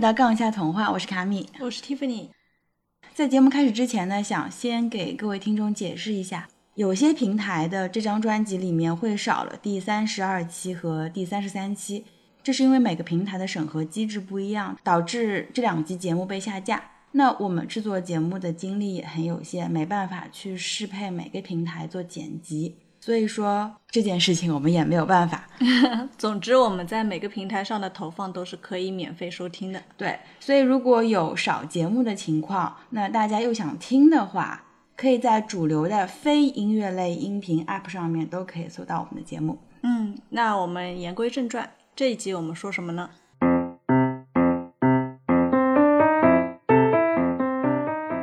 到《杠一下童话》，我是卡米。我是 Tiffany。在节目开始之前呢，想先给各位听众解释一下，有些平台的这张专辑里面会少了第三十二期和第三十三期，这是因为每个平台的审核机制不一样，导致这两集节目被下架。那我们制作节目的精力也很有限，没办法去适配每个平台做剪辑，所以说这件事情我们也没有办法。总之，我们在每个平台上的投放都是可以免费收听的。对，所以如果有少节目的情况，那大家又想听的话，可以在主流的非音乐类音频 App 上面都可以搜到我们的节目。嗯，那我们言归正传，这一集我们说什么呢？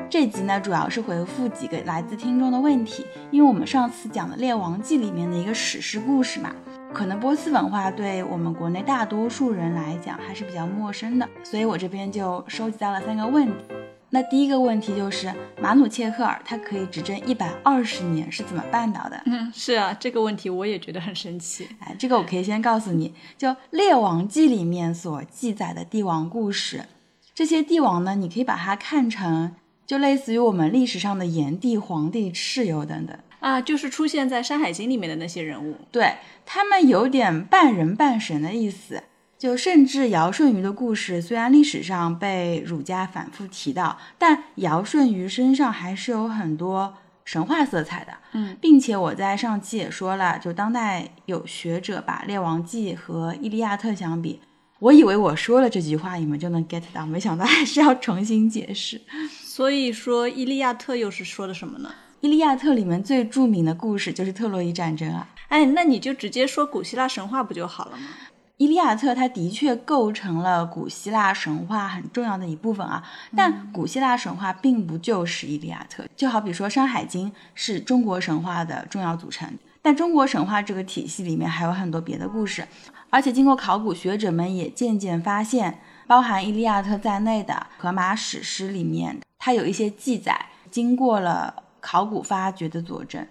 这集呢，主要是回复几个来自听众的问题，因为我们上次讲的《列王记》里面的一个史诗故事嘛，可能波斯文化对我们国内大多数人来讲还是比较陌生的，所以我这边就收集到了三个问题。那第一个问题就是马努切赫尔他可以执政一百二十年是怎么办到的？嗯，是啊，这个问题我也觉得很神奇。哎，这个我可以先告诉你，就《列王纪》里面所记载的帝王故事，这些帝王呢，你可以把它看成就类似于我们历史上的炎帝、黄帝、蚩尤等等。啊，就是出现在《山海经》里面的那些人物。对他们有点半人半神的意思。就甚至尧舜禹的故事，虽然历史上被儒家反复提到，但尧舜禹身上还是有很多神话色彩的。嗯，并且我在上期也说了，就当代有学者把《列王纪》和《伊利亚特》相比，我以为我说了这句话你们就能 get 到，没想到还是要重新解释。所以说，《伊利亚特》又是说的什么呢？ 《伊利亚特》里面最著名的故事就是特洛伊战争啊，哎，那你就直接说古希腊神话不就好了吗？ 《伊利亚特》它的确构成了古希腊神话很重要的一部分啊，但古希腊神话并不就是《伊利亚特》，就好比说《山海经》是中国神话的重要组成，但中国神话这个体系里面还有很多别的故事，而且经过考古学者们也渐渐发现，包含《伊利亚特》在内的荷马史诗里面，它有一些记载经过了考古发掘的佐证。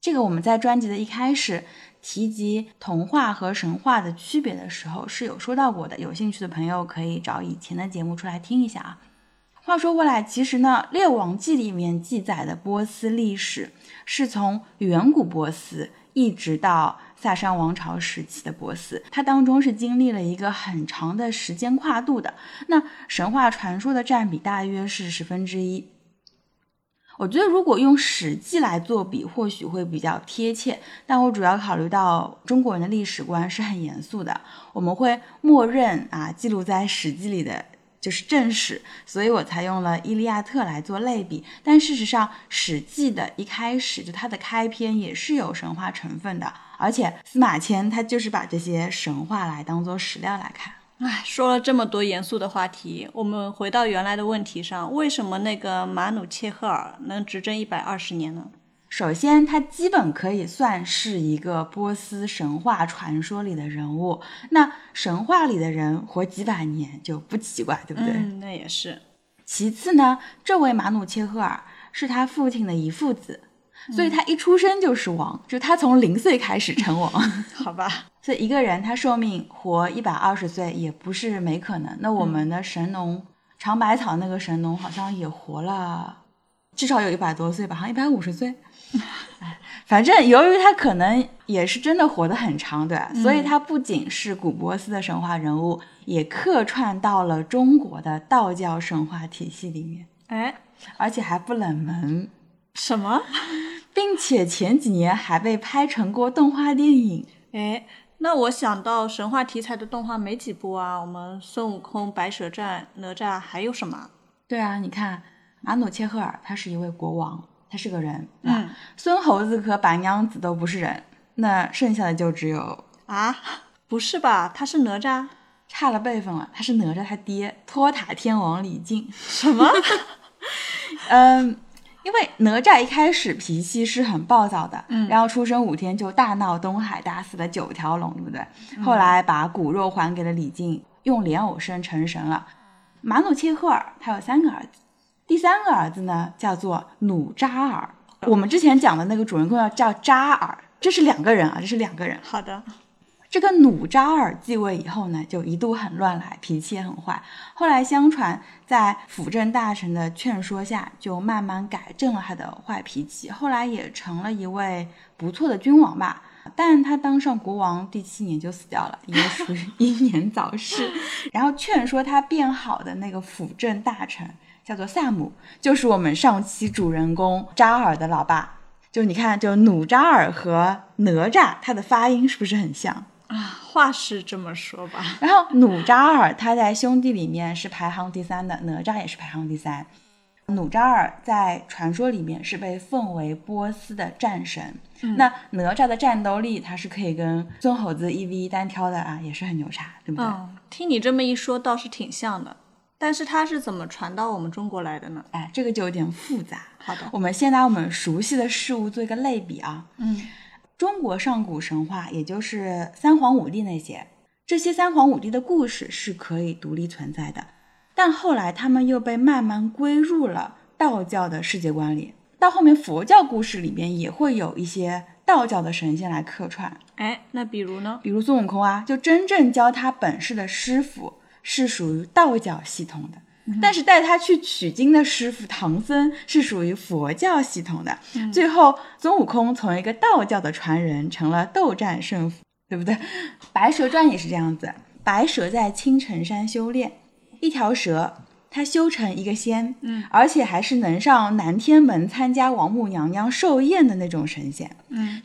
这个我们在专辑的一开始提及童话和神话的区别的时候是有说到过的，有兴趣的朋友可以找以前的节目出来听一下啊。话说回来，其实呢，《列王纪》里面记载的波斯历史是从远古波斯一直到萨珊王朝时期的波斯，它当中是经历了一个很长的时间跨度的。那神话传说的占比大约是十分之一。我觉得如果用《史记》来做比，或许会比较贴切。但我主要考虑到中国人的历史观是很严肃的，我们会默认啊记录在《史记》里的就是正史，所以我才用了《伊利亚特》来做类比。但事实上，《史记》的一开始就它的开篇也是有神话成分的，而且司马迁他就是把这些神话来当做史料来看。哎，说了这么多严肃的话题，我们回到原来的问题上，为什么那个马努切赫尔能执政一百二十年呢？首先，他基本可以算是一个波斯神话传说里的人物。那神话里的人活几百年就不奇怪，对不对？嗯，那也是。其次呢，这位马努切赫尔是他父亲的一父子，所以他一出生就是王，就他从零岁开始称王。好吧，所以一个人他寿命活一百二十岁也不是没可能。那我们的神农、尝百草那个神农好像也活了，至少有一百多岁吧，好像一百五十岁。 哎反正由于他可能也是真的活得很长，对吧、所以他不仅是古波斯的神话人物，也客串到了中国的道教神话体系里面，哎，而且还不冷门，什么？并且前几年还被拍成过动画电影。哎，那我想到神话题材的动画没几部啊，我们孙悟空、白蛇传、哪吒还有什么？对啊，你看马努切赫尔，他是一位国王，他是个人。对吧嗯孙猴子和白娘子都不是人，那剩下的就只有啊，不是吧？他是哪吒？差了辈分了。他是哪吒他爹，托塔天王李靖。 什么？嗯，因为哪吒一开始脾气是很暴躁的，嗯然后出生五天就大闹东海，打死了九条龙，对不对？嗯后来把骨肉还给了李靖，用莲藕生成神了。马努切赫尔他有三个儿子，第三个儿子呢叫做努扎尔，我们之前讲的那个主人公要叫扎尔，这是两个人啊，这是两个人。好的，这个努扎尔继位以后呢，就一度很乱来，脾气也很坏。后来相传在辅政大臣的劝说下，就慢慢改正了他的坏脾气，后来也成了一位不错的君王吧。但他当上国王第七年就死掉了，也属于英年早逝。然后劝说他变好的那个辅政大臣叫做萨姆，就是我们上期主人公扎尔的老爸。就你看，就努扎尔和哪吒，他的发音是不是很像？啊，话是这么说吧。然后努扎尔他在兄弟里面是排行第三的，哪吒也是排行第三。努扎尔在传说里面是被奉为波斯的战神，嗯那哪吒的战斗力他是可以跟孙猴子一 v 一单挑的啊，也是很牛叉，对不对？嗯，听你这么一说，倒是挺像的。但是它是怎么传到我们中国来的呢？哎，这个就有点复杂。好的，我们先拿我们熟悉的事物做一个类比啊，嗯中国上古神话，也就是三皇五帝那些，这些三皇五帝的故事是可以独立存在的，但后来他们又被慢慢归入了道教的世界观里。到后面佛教故事里边也会有一些道教的神仙来客串，哎，那比如呢？比如孙悟空啊，就真正教他本事的师傅是属于道教系统的，但是带他去取经的师傅唐僧是属于佛教系统的。最后，孙悟空从一个道教的传人成了斗战胜佛，对不对？《白蛇传》也是这样子，白蛇在青城山修炼，一条蛇。她修成一个仙，嗯，而且还是能上南天门参加王母娘娘寿宴的那种神仙，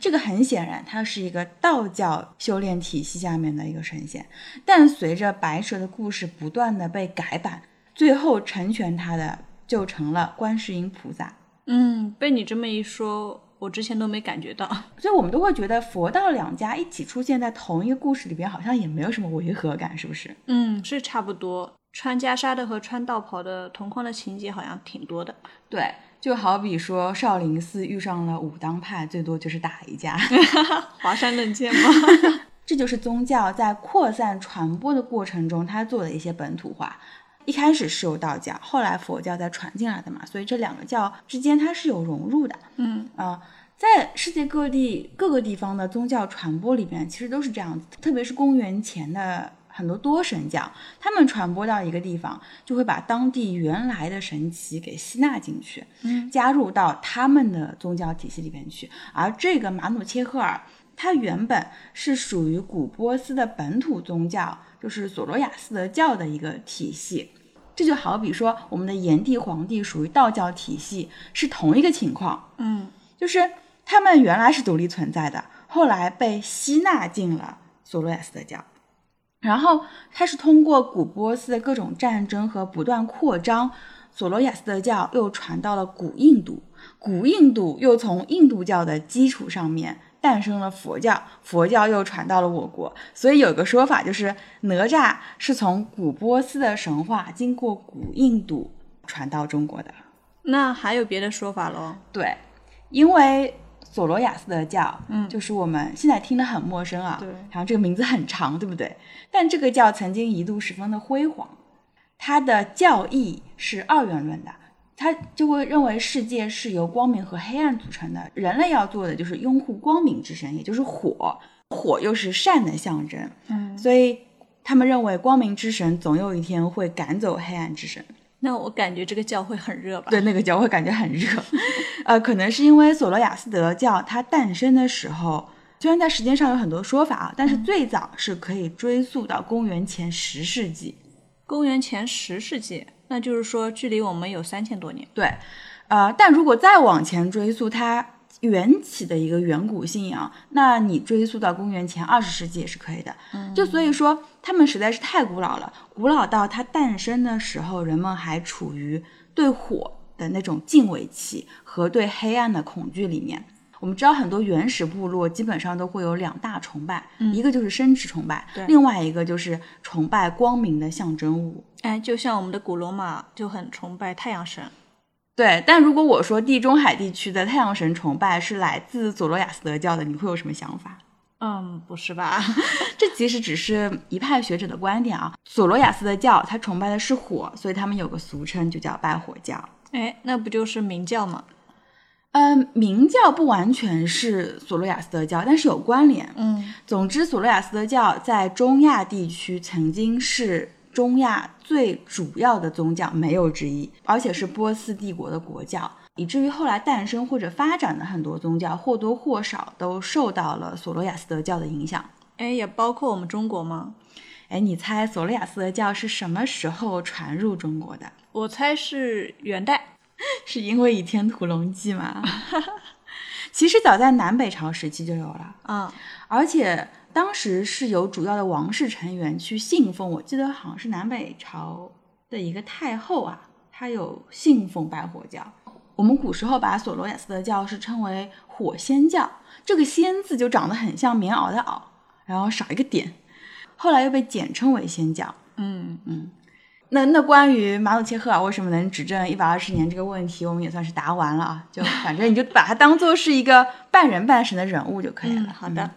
这个很显然，它是一个道教修炼体系下面的一个神仙，但随着白蛇的故事不断的被改版，最后成全他的就成了观世音菩萨。嗯，被你这么一说，我之前都没感觉到。所以我们都会觉得佛道两家一起出现在同一个故事里边，好像也没有什么违和感，是不是？嗯， 是差不多。穿袈裟的和穿道袍的同框的情节好像挺多的。对，就好比说少林寺遇上了武当派，最多就是打一 架。华山论剑吗？ 这就是宗教在扩散传播的过程中，它做的一些本土化。一开始是有道教，后来佛教再传进来的嘛，所以这两个教之间它是有融入的。嗯啊、在世界各地各个地方的宗教传播里面，其实都是这样子。特别是公元前的很多多神教，他们传播到一个地方，就会把当地原来的神祇给吸纳进去，嗯加入到他们的宗教体系里边去。而这个马努切赫尔，它原本是属于古波斯的本土宗教，就是索罗亚斯德教的一个体系。这就好比说，我们的炎帝皇帝属于道教体系，是同一个情况。嗯就是他们原来是独立存在的，后来被吸纳进了索罗亚斯德教。然后，它是通过古波斯的各种战争和不断扩张，索罗亚斯德教又传到了古印度，古印度又从印度教的基础上面诞生了佛教，佛教又传到了我国。所以有个说法就是，哪吒是从古波斯的神话经过古印度传到中国的。那还有别的说法喽？对，因为索罗亚斯德教，嗯就是我们现在听得很陌生啊，对然后这个名字很长，对不对？但这个教曾经一度十分的辉煌，它的教义是二元论的。它就会认为世界是由光明和黑暗组成的，人类要做的就是拥护光明之神，也就是火，火又是善的象征，嗯，所以他们认为光明之神总有一天会赶走黑暗之神。那我感觉这个教会很热吧？对，那个教会感觉很热。 呃，可能是因为索罗亚斯德教它诞生的时候，虽然在时间上有很多说法啊，但是最早是可以追溯到公元前十世纪。公元前十世纪，那就是说距离我们有三千多年。对，呃，但如果再往前追溯它缘起的一个远古信仰，那你追溯到公元前二十世纪也是可以的。就所以说，他们实在是太古老了，古老到它诞生的时候，人们还处于对火的那种敬畏期和对黑暗的恐惧里面。我们知道很多原始部落基本上都会有两大崇拜，一个就是生殖崇拜，对另外一个就是崇拜光明的象征物。哎，就像我们的古罗马就很崇拜太阳神。对，但如果我说地中海地区的太阳神崇拜是来自佐罗亚斯德教的，你会有什么想法？嗯，不是 吧？这其实只是一派学者的观点啊。佐罗亚斯德教它崇拜的是火，所以他们有个俗称就叫拜火教。哎，那不就是明教吗？呃，明教不完全是索罗亚斯德教，但是有关联。嗯，总之，索罗亚斯德教在中亚地区曾经是中亚最主要的宗教，没有之一，而且是波斯帝国的国教，以至于后来诞生或者发展的很多宗教，或多或少都受到了索罗亚斯德教的影响。哎，也包括我们中国吗？哎，你猜索罗亚斯德教是什么时候传入中国 的？我猜是元代。是因为《倚天屠龙记》吗？其实早在南北朝时期就有了。嗯，而且当时是由主要的王室成员去信奉，我记得好像是南北朝的一个太后啊，她有信奉拜火教。我们古时候把索罗亚斯德教是称为火仙教，这个“仙”字就长得很像棉袄的“袄”，然后少一个点，后来又被简称为仙教。嗯那那关于马鲁切赫尔啊为什么能执政一百二十年这个问题，我们也算是答完了啊。就反正你就把他当做是一个半人半神的人物就可以了。嗯好的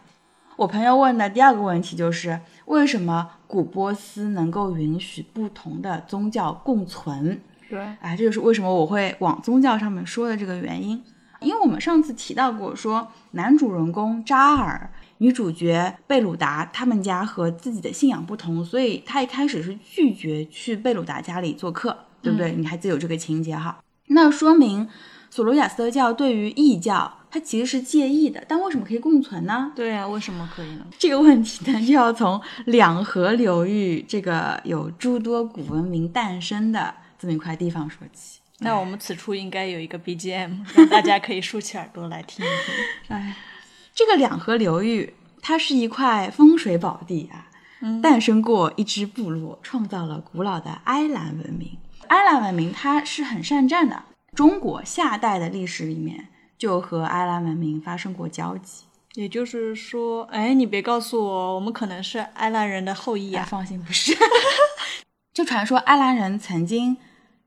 我朋友问的第二个问题就是，为什么古波斯能够允许不同的宗教共存？对，哎，这就是为什么我会往宗教上面说的这个原因。因为我们上次提到过说，男主人公扎尔、女主角贝鲁达他们家和自己的信仰不同，所以他一开始是拒绝去贝鲁达家里做客，对不对？你还记得有这个情节哈？那说明索罗亚斯德教对于异教，它其实是介意的，但为什么可以共存呢？对啊呀、为什么可以呢？这个问题呢，就要从两河流域这个有诸多古文明诞生的这么一块地方说起。那我们此处应该有一个 BGM，让大家可以竖起耳朵来听一听。哎，这个两河流域，它是一块风水宝地啊，诞生过一支部落，创造了古老的埃兰文明。埃兰文明它是很善战的，中国夏代的历史里面就和埃兰文明发生过交集。也就是说，哎，你别告诉我，我们可能是埃兰人的后裔哎呀，啊。放心，不是。 就传说埃兰人曾经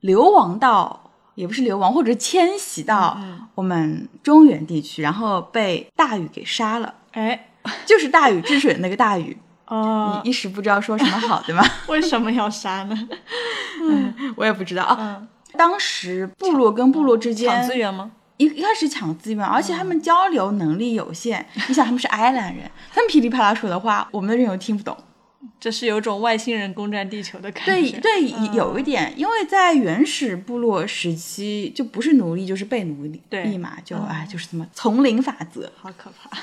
流亡到，也不是流亡，或者迁徙到我们中原地区，然后被大禹给杀了，哎，就是大禹治水的那个大禹。呃，你一时不知道说什么好，对吗？为什么要杀呢？ 我也不知道啊。 嗯，当时部落跟部落之抢间资源吗？一一开始抢资源，而且他们交流能力有 限。你想，他们是埃兰人，他们噼里啪啦说的话，我们的人又听不 懂。这是有种外星人攻占地球的感对觉。对，有一点，因为在原始部落时期，就不是奴隶就是被奴隶对役嘛，就哎就是这么丛林法则。好可怕。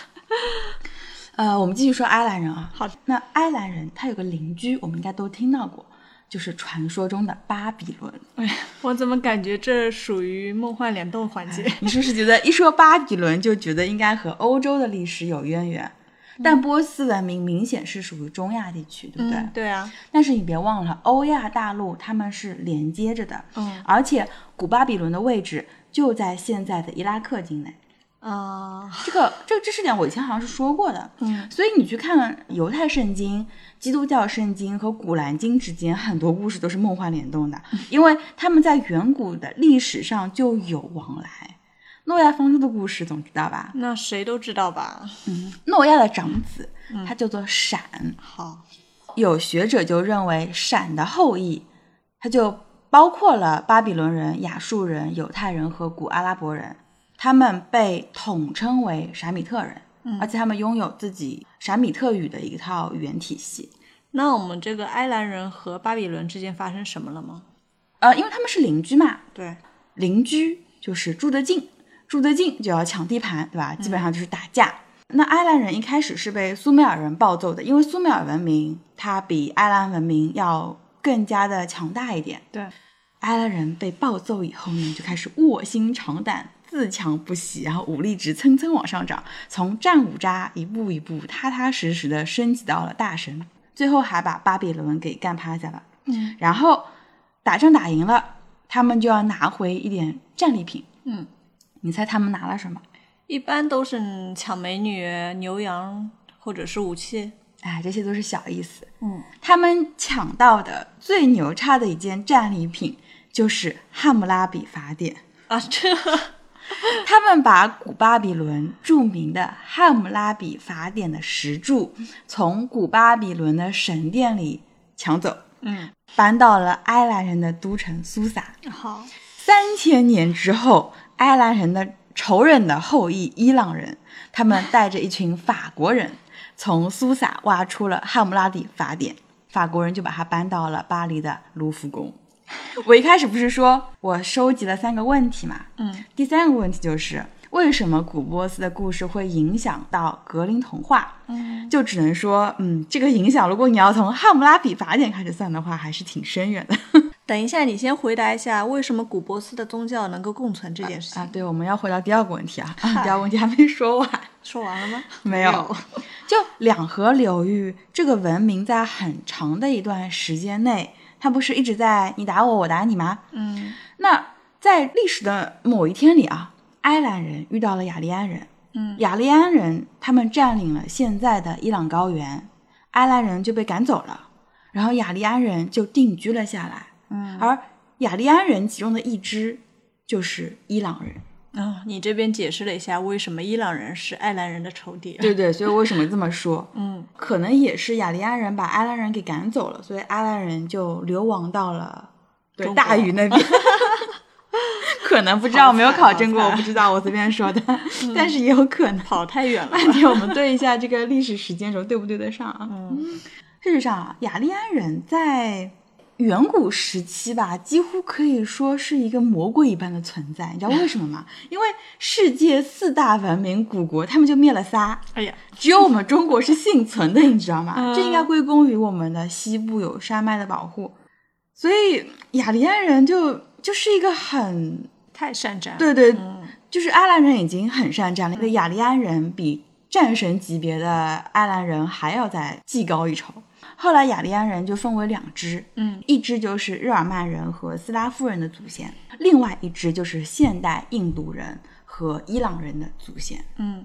呃，我们继续说埃兰人啊。好，那埃兰人他有个邻居，我们应该都听到过，就是传说中的巴比伦。哎 我怎么感觉这属于梦幻联动环节？你是不是觉得一说巴比伦就觉得应该和欧洲的历史有渊源？但波斯文明明显是属于中亚地区，对不对？ 嗯，对啊，但是你别忘了，欧亚大陆他们是连接着的，嗯，而且古巴比伦的位置就在现在的伊拉克境内。啊、这个这个知识点我以前好像是说过的，嗯，所以你去看犹太圣经、基督教圣经和古兰经之间很多故事都是梦幻联动的，因为他们在远古的历史上就有往来。诺亚方舟的故事总知道吧？那谁都知道吧？诺亚的长子，他叫做闪，好，有学者就认为闪的后裔，它就包括了巴比伦人、亚述人、犹太人和古阿拉伯人，他们被统称为闪米特人，而且他们拥有自己闪米特语的一套语言体系。那我们这个埃兰人和巴比伦之间发生什么了吗？呃，因为他们是邻居嘛，对，邻居就是住得近，住得近就要抢地盘，对吧？基本上就是打架。那埃兰人一开始是被苏美尔人暴揍的，因为苏美尔文明它比埃兰文明要更加的强大一点。对，埃兰人被暴揍以后呢，就开始卧薪尝胆，自强不息，然后武力值蹭蹭往上涨，从战五渣一步一步踏踏实实的升级到了大神，最后还把巴比伦给干趴下了。嗯，然后打仗打赢了，他们就要拿回一点战利品。嗯，你猜他们拿了什么？一般都是抢美女、牛羊或者是武器。哎，这些都是小意思。嗯，他们抢到的最牛叉的一件战利品就是《汉谟拉比法典》。 啊，这他们把古巴比伦著名的《汉谟拉比法典》的石柱从古巴比伦的神殿里抢走，嗯，搬到了埃兰人的都城苏萨。好，三千年之后，埃兰人的仇人的后裔伊朗人，他们带着一群法国人从苏萨挖出了《汉谟拉比法典》，法国人就把它搬到了巴黎的卢浮宫。我一开始不是说我收集了三个问题嘛？嗯，第三个问题就是为什么古波斯的故事会影响到格林童话？嗯，就只能说，嗯，这个影响，如果你要从《汉谟拉比法典》开始算的话，还是挺深远的等一下，你先回答一下为什么古波斯的宗教能够共存这件事情。啊。对，我们要回到第二个问题啊，第二个问题还没说完。说完了吗？没有，就两河流域这个文明，在很长的一段时间内，它不是一直在你打我，我打你吗？嗯那在历史的某一天里啊，埃兰人遇到了雅利安人，嗯，雅利安人他们占领了现在的伊朗高原，埃兰人就被赶走了，然后雅利安人就定居了下来，嗯，而雅利安人其中的一支就是伊朗人。哦，你这边解释了一下为什么伊朗人是爱兰人的仇敌。 对对，所以为什么这么说？嗯可能也是雅利安人把阿拉人给赶走了，所以阿拉人就流亡到了对中国大禹那边。 可能不知道，好没有惨考好证过，我惨不知道，我随便说的， 但是也有可 能。跑太远了。半天我们对一下这个历史时间轴对不对得上啊？嗯事实上啊，雅利安人在远古时期吧，几乎可以说是一个魔鬼一般的存在。你知道为什么吗？因为世界四大文明古国，他们就灭了仨。哎呀，只有我们中国是幸存的，你知道吗？嗯这应该归功于我们的西部有山脉的保护，所以雅利安人就就是一个很太善战了。对对，嗯就是阿兰人已经很善战了，那个雅利安人比战神级别的阿兰人还要再技高一筹。后来雅利安人就分为两支，嗯一支就是日耳曼人和斯拉夫人的祖先，另外一支就是现代印度人和伊朗人的祖先。嗯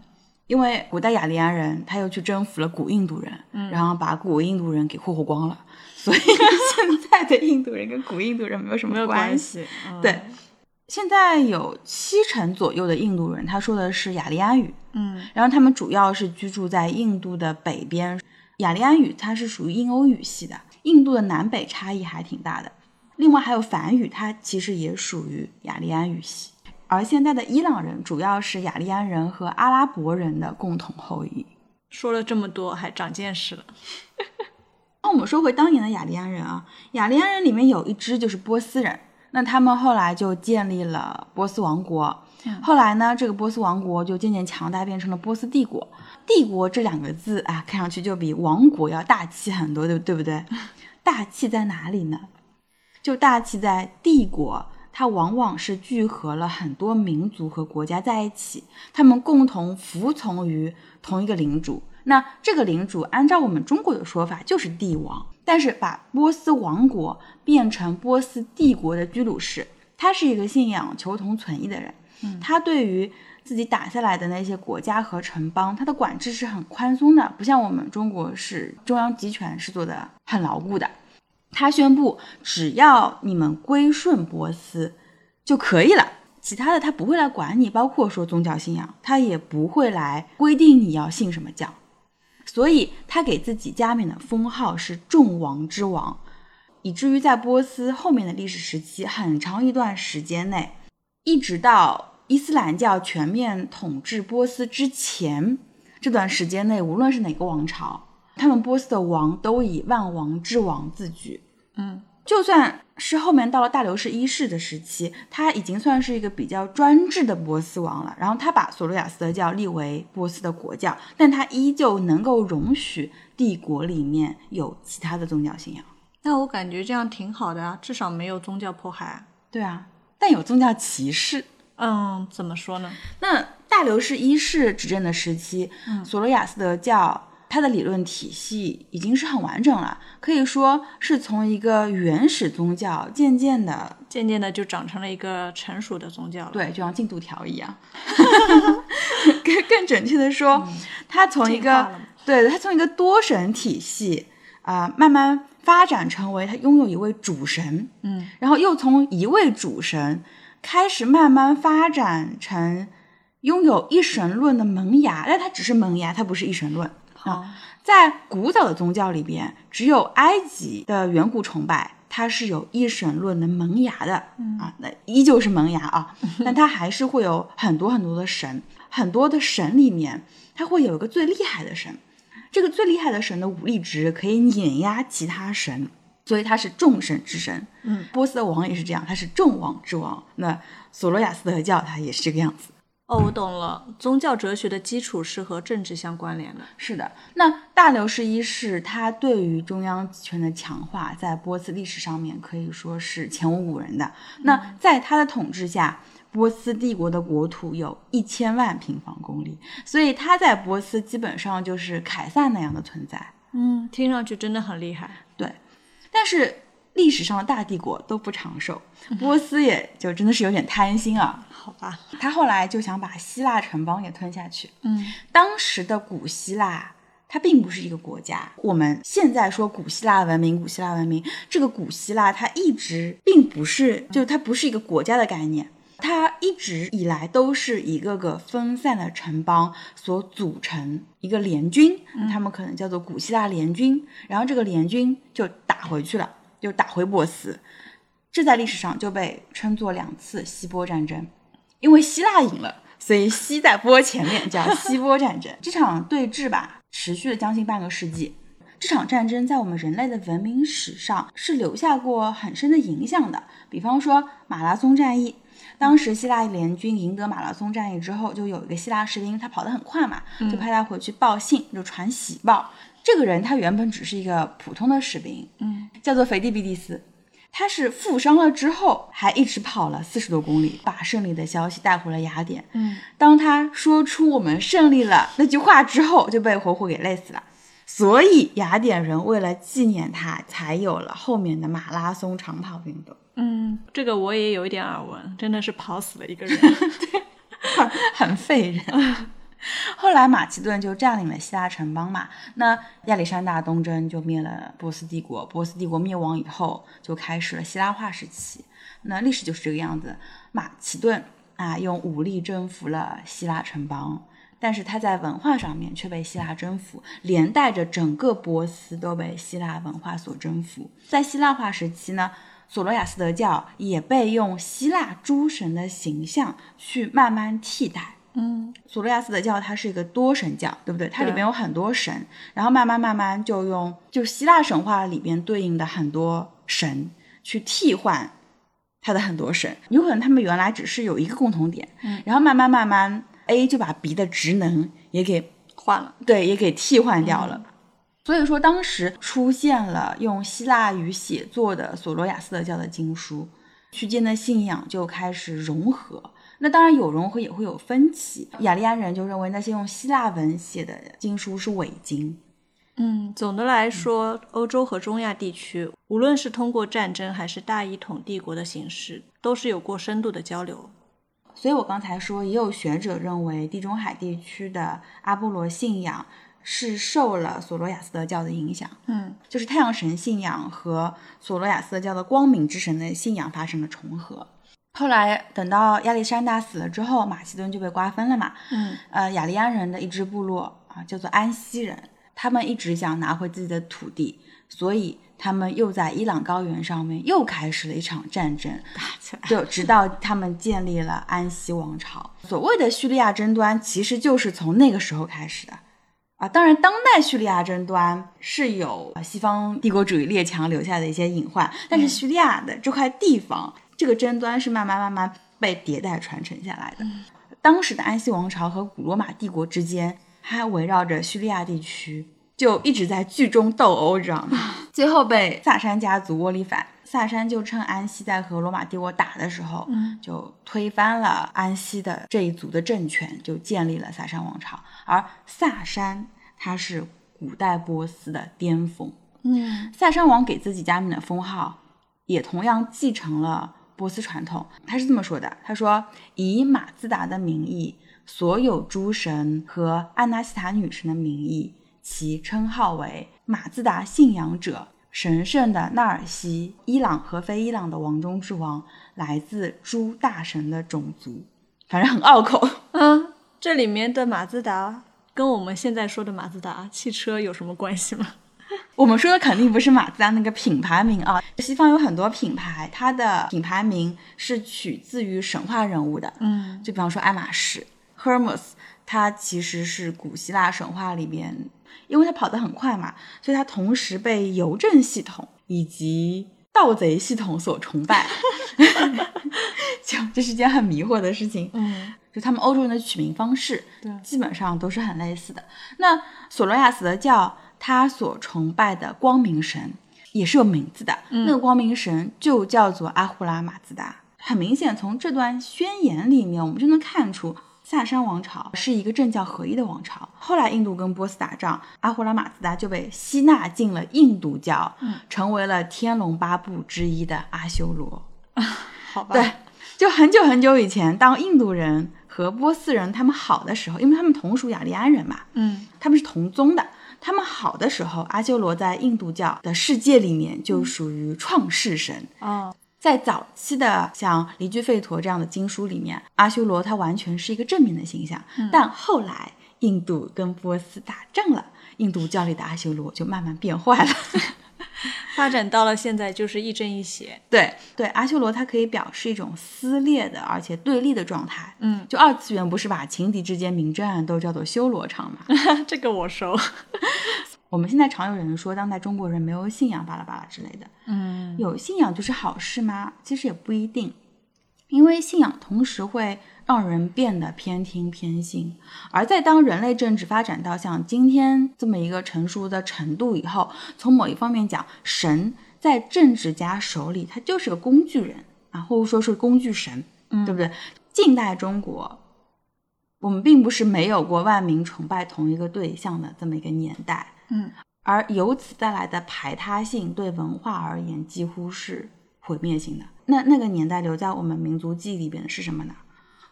因为古代雅利安人他又去征服了古印度人，嗯然后把古印度人给霍霍光了，所 以现在的印度人跟古印度人没有什没有么关系。系。嗯对，现在有七成左右的印度人，他说的是雅利安语，嗯然后他们主要是居住在印度的北边。雅利安语它是属于印欧语系的，印度的南北差异还挺大的。另外还有梵语，它其实也属于雅利安语系。而现在的伊朗人主要是雅利安人和阿拉伯人的共同后裔。说了这么多，还长见识了。那我们说回当年的雅利安人啊，雅利安人里面有一支就是波斯人，那他们后来就建立了波斯王国。后来呢，这个波斯王国就渐渐强大，变成了波斯帝国。帝国这两个字啊，看上去就比王国要大气很多，对不对不对？大气在哪里呢？就大气在帝国，它往往是聚合了很多民族和国家在一起，他们共同服从于同一个领主。那这个领主按照我们中国的说法就是帝王，但是把波斯王国变成波斯帝国的居鲁士，他是一个信仰求同存异的人，他对于自己打下来的那些国家和城邦，他的管制是很宽松的，不像我们中国是中央集权是做的很牢固的。他宣布，只要你们归顺波斯就可以了，其他的他不会来管你，包括说宗教信仰，他也不会来规定你要信什么教。所以他给自己加冕的封号是众王之王，以至于在波斯后面的历史时期很长一段时间内，一直到伊斯兰教全面统治波斯之前这段时间内，无论是哪个王朝，他们波斯的王都以万王之王自居。嗯就算是后面到了大流士一世的时期，他已经算是一个比较专制的波斯王了。然后他把索罗亚斯德教立为波斯的国教，但他依旧能够容许帝国里面有其他的宗教信仰。那我感觉这样挺好的啊，至少没有宗教迫害啊。对啊，但有宗教歧视。嗯，怎么说呢？那大流士一世执政的时期，索罗亚斯德教它的理论体系已经是很完整了，可以说是从一个原始宗教渐渐的，渐渐的就长成了一个成熟的宗教了。，对，就像进度条一样， 更更准确的说，它从一嗯进化个了嘛对它从一个多神体系啊、慢慢发展成为它拥有一位主神，嗯然后又从一位主神开始慢慢发展成拥有一神论的萌芽，但它只是萌芽，它不是一神论。好，在古早的宗教里边，只有埃及的远古崇拜，它是有一审论的萌芽的、啊，那依旧是萌芽啊，但它还是会有很多很多的神，很多的神里面，它会有一个最厉害的神，这个最厉害的神的武力值可以碾压其他神，所以他是众神之神。嗯，波斯的王也是这样，他是众王之王。那索罗亚斯德教它也是这个样子。哦，我懂了，宗教哲学的基础是和政治相关联的。是的，那大流士一世他对于中央集权的强化，在波斯历史上面可以说是前无古人的。那在他的统治下，波斯帝国的国土有一千万平方公里，所以他在波斯基本上就是凯撒那样的存在。嗯，听上去真的很厉害。对，但是历史上的大帝国都不长寿，波斯也就真的是有点贪心啊。好吧，他后来就想把希腊城邦也吞下去。嗯，当时的古希腊，它并不是一个国家。我们现在说古希腊文明，古希腊文明，这个古希腊它一直并不是，就是它不是一个国家的概念，它一直以来都是一个个分散的城邦所组成一个联军，他们可能叫做古希腊联军。然后这个联军就打回去了，就打回波斯。这在历史上就被称作两次希波战争。因为希腊赢了，所以希在波前面，叫希波战争。这场对峙吧，持续了将近半个世纪。这场战争在我们人类的文明史上是留下过很深的影响的。比方说马拉松战役，当时希腊联军赢得马拉松战役之后，就有一个希腊士兵，他跑得很快嘛，就派他回去报信，就传喜报。这个人他原本只是一个普通的士兵，嗯，叫做腓蒂比蒂斯。他是负伤了之后，还一直跑了四十多公里，把胜利的消息带回了雅典。嗯，当他说出“我们胜利了”那句话之后，就被活活给累死了。所以雅典人为了纪念他，才有了后面的马拉松长跑运动，嗯，这个我也有一点耳闻，真的是跑死了一个人。 很费人。后来马其顿就占领了希腊城邦嘛，那亚历山大东征就灭了波斯帝国，波斯帝国灭亡以后，就开始了希腊化时期。那历史就是这个样子，马其顿啊用武力征服了希腊城邦，但是他在文化上面却被希腊征服，连带着整个波斯都被希腊文化所征服。在希腊化时期呢，索罗亚斯德教也被用希腊诸神的形象去慢慢替代。嗯，索罗亚斯德教它是一个多神教，对不对？它里对面有很多神，然后慢慢慢慢就用就希腊神话里边对应的很多神去替换它的很多神，有可能他们原来只是有一个共同点，嗯然后慢慢慢慢 A 就把 B 的职能也给换了。对也给替换掉了。所以说，当时出现了用希腊语写作的索罗亚斯德教的经书，区间的信仰就开始融合。那当然有融合，也会有分歧。雅利安人就认为那些用希腊文写的经书是伪经，嗯，总的来说，欧洲和中亚地区，无论是通过战争还是大一统帝国的形式，都是有过深度的交流。所以我刚才说，也有学者认为地中海地区的阿波罗信仰是受了索罗亚斯德教的影响，嗯就是太阳神信仰和索罗亚斯德教的光明之神的信仰发生了重合。后来等到亚历山大死了之后，马其顿就被瓜分了嘛，嗯呃，雅利安人的一支部落啊，叫做安息人，他们一直想拿回自己的土地，所以他们又在伊朗高原上面又开始了一场战争，就直到他们建立了安息王朝。所谓的叙利亚争端，其实就是从那个时候开始的。啊，当然，当代叙利亚争端是有呃西方帝国主义列强留下的一些隐患，但是叙利亚的这块地方，这个争端是慢慢慢慢被迭代传承下来的。当时的安息王朝和古罗马帝国之间，它围绕着叙利亚地区，就一直在剧中斗殴，知道吗？最后被萨珊家族窝里反，萨珊就趁安息在和罗马帝国打的时候，嗯就推翻了安息的这一族的政权，就建立了萨珊王朝。而萨珊它是古代波斯的巅峰，嗯萨珊王给自己加冕的封号，也同样继承了波斯传统。他是这么说的：他说，以马自达的名义，所有诸神和安纳西塔女神的名义，其称号为马自达信仰者。神圣的纳尔西，伊朗和非伊朗的王中之王，来自诸大神的种族，反正很拗口。嗯，这里面的马自达跟我们现在说的马自达汽车有什么关系吗？我们说的肯定不是马自达那个品牌名啊，西方有很多品牌，它的品牌名是取自于神话人物的，嗯，就比方说爱马仕 Hermes，它其实是古希腊神话里边，因为它跑得很快嘛，所以它同时被邮政系统以及盗贼系统所崇拜， 就这是件很迷惑的事情。嗯，就他们欧洲人的取名方式，对基本上都是很类似的。那索罗亚斯德教他所崇拜的光明神也是有名字的，那个光明神就叫做阿胡拉马自达。很明显，从这段宣言里面，我们就能看出。萨珊王朝是一个政教合一的王朝。后来印度跟波斯打仗，阿胡拉马自达就被吸纳进了印度教，成为了天龙八部之一的阿修罗。好吧，对，就很久很久以前，当印度人和波斯人他们好的时候，因为他们同属雅利安人嘛，嗯他们是同宗的。他们好的时候，阿修罗在印度教的世界里面就属于创世神。哦，在早期的像《离居吠陀》这样的经书里面，阿修罗他完全是一个正面的形象。但后来印度跟波斯打仗了，印度教里的阿修罗就慢慢变坏了。发展到了现在就是亦正亦邪，对对，阿修罗它可以表示一种撕裂的，而且对立的状态。嗯，就二次元不是把情敌之间明争暗斗叫做修罗场嘛？ 这个我熟，我们现在常有人说当代中国人没有信仰，巴拉巴拉之类的。嗯有信仰就是好事吗？其实也不一定，因为信仰同时会让人变得偏听偏信。而在当人类政治发展到像今天这么一个成熟的程度以后，从某一方面讲，神在政治家手里，他就是个工具人啊，或者说是工具神，对不对？近代中国。我们并不是没有过万民崇拜同一个对象的这么一个年代，嗯，而由此带来的排他性对文化而言几乎是毁灭性的。那那个年代留在我们民族记忆里边的是什么呢？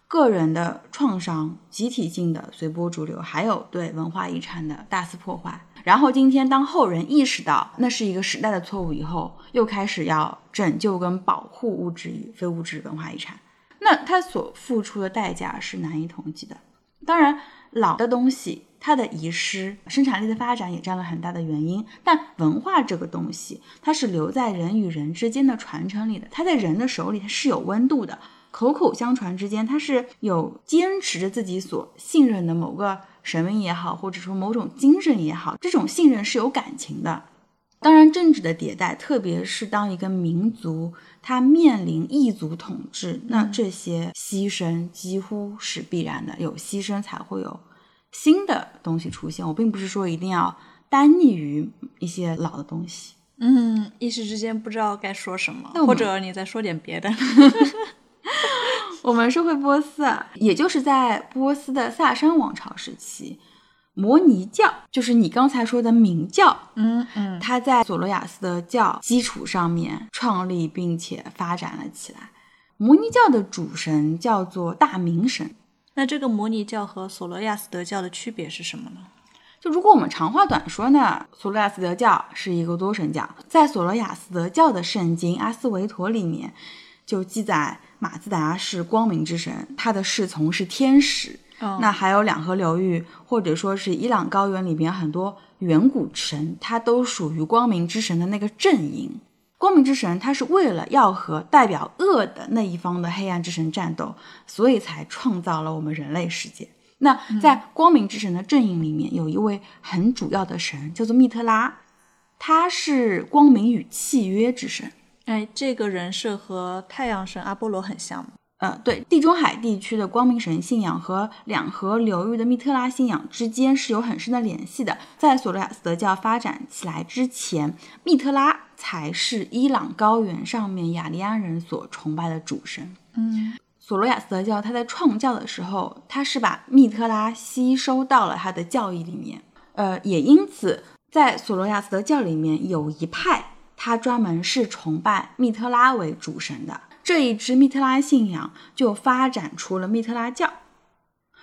个人的创伤、集体性的随波逐流，还有对文化遗产的大肆破坏。然后今天，当后人意识到那是一个时代的错误以后，又开始要拯救跟保护物质与非物质文化遗产，那他所付出的代价是难以统计的。当然，老的东西它的遗失，生产力的发展也占了很大的原因。但文化这个东西，它是留在人与人之间的传承里的，它在人的手里它是有温度的，口口相传之间，它是有坚持着自己所信任的某个神明也好，或者说某种精神也好，这种信任是有感情的。当然，政治的迭代，特别是当一个民族它面临异族统治，那这些牺牲几乎是必然的，有牺牲才会有新的东西出现。我并不是说一定要单溺于一些老的东西。嗯，一时之间不知道该说什么那我，或们者你再说点别的，我们说回波斯，啊，也就是在波斯的萨珊王朝时期，摩尼教就是你刚才说的明教， 嗯嗯它在索罗亚斯德教基础上面创立并且发展了起来。摩尼教的主神叫做大明神。那这个摩尼教和索罗亚斯德教的区别是什么呢？就如果我们长话短说呢，索罗亚斯德教是一个多神教。在索罗亚斯德教的圣经《阿斯维陀》里面，就记载马自达是光明之神，他的侍从是天使。哦那还有两河流域，或者说是伊朗高原里边很多远古神，它都属于光明之神的那个阵营。光明之神，他是为了要和代表恶的那一方的黑暗之神战斗，所以才创造了我们人类世界。那在光明之神的阵营里面，有一位很主要的神，叫做密特拉，他是光明与契约之神。哎，这个人设和太阳神阿波罗很像吗？呃，对，地中海地区的光明神信仰和两河流域的密特拉信仰之间是有很深的联系的。在索罗亚斯德教发展起来之前，密特拉才是伊朗高原上面雅利安人所崇拜的主神。嗯索罗亚斯德教他在创教的时候，他是把密特拉吸收到了他的教义里面。呃，也因此，在索罗亚斯德教里面有一派，他专门是崇拜密特拉为主神的。这一支密特拉信仰就发展出了密特拉教，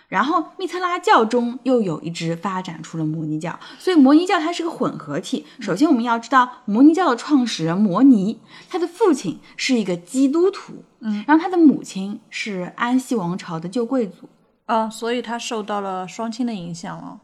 然后密特拉教中又有一支发展出了摩尼教，所以摩尼教它是个混合体。首先，我们要知道摩尼教的创始人摩尼，他的父亲是一个基督徒，嗯，然后他的母亲是安息王朝的旧贵族。啊，所以他受到了双亲的影响哦。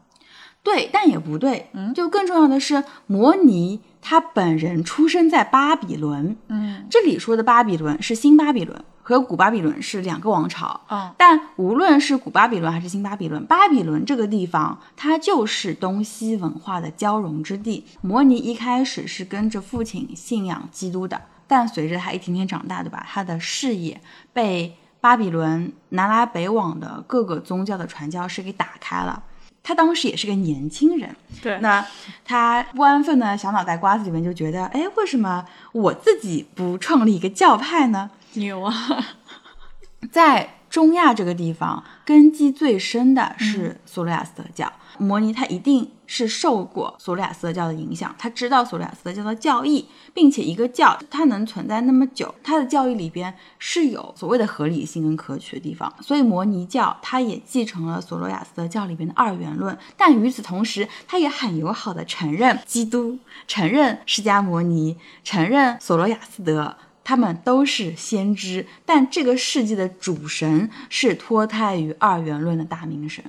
对，但也不对。嗯，就更重要的是，摩尼他本人出生在巴比伦。嗯，这里说的巴比伦是新巴比伦和古巴比伦是两个王朝。哦，但无论是古巴比伦还是新巴比伦，巴比伦这个地方它就是东西文化的交融之地。摩尼一开始是跟着父亲信仰基督的，但随着他一天天长大，对吧？他的视野被巴比伦南来北往的各个宗教的传教士给打开了。他当时也是个年轻人，对，那他不安分的小脑袋瓜子里面就觉得，哎，为什么我自己不创立一个教派呢？牛啊！在中亚这个地方，根基最深的是索罗亚斯德教。摩尼他一定是受过索罗亚斯德教的影响，他知道索罗亚斯德教的教义，并且一个教它能存在那么久，它的教义里边是有所谓的合理性跟可取的地方。所以摩尼教它也继承了索罗亚斯德教里边的二元论，但与此同时，它也很友好的承认基督、承认释迦摩尼、承认索罗亚斯德。他们都是先知，但这个世界的主神是脱胎于二元论的大明神。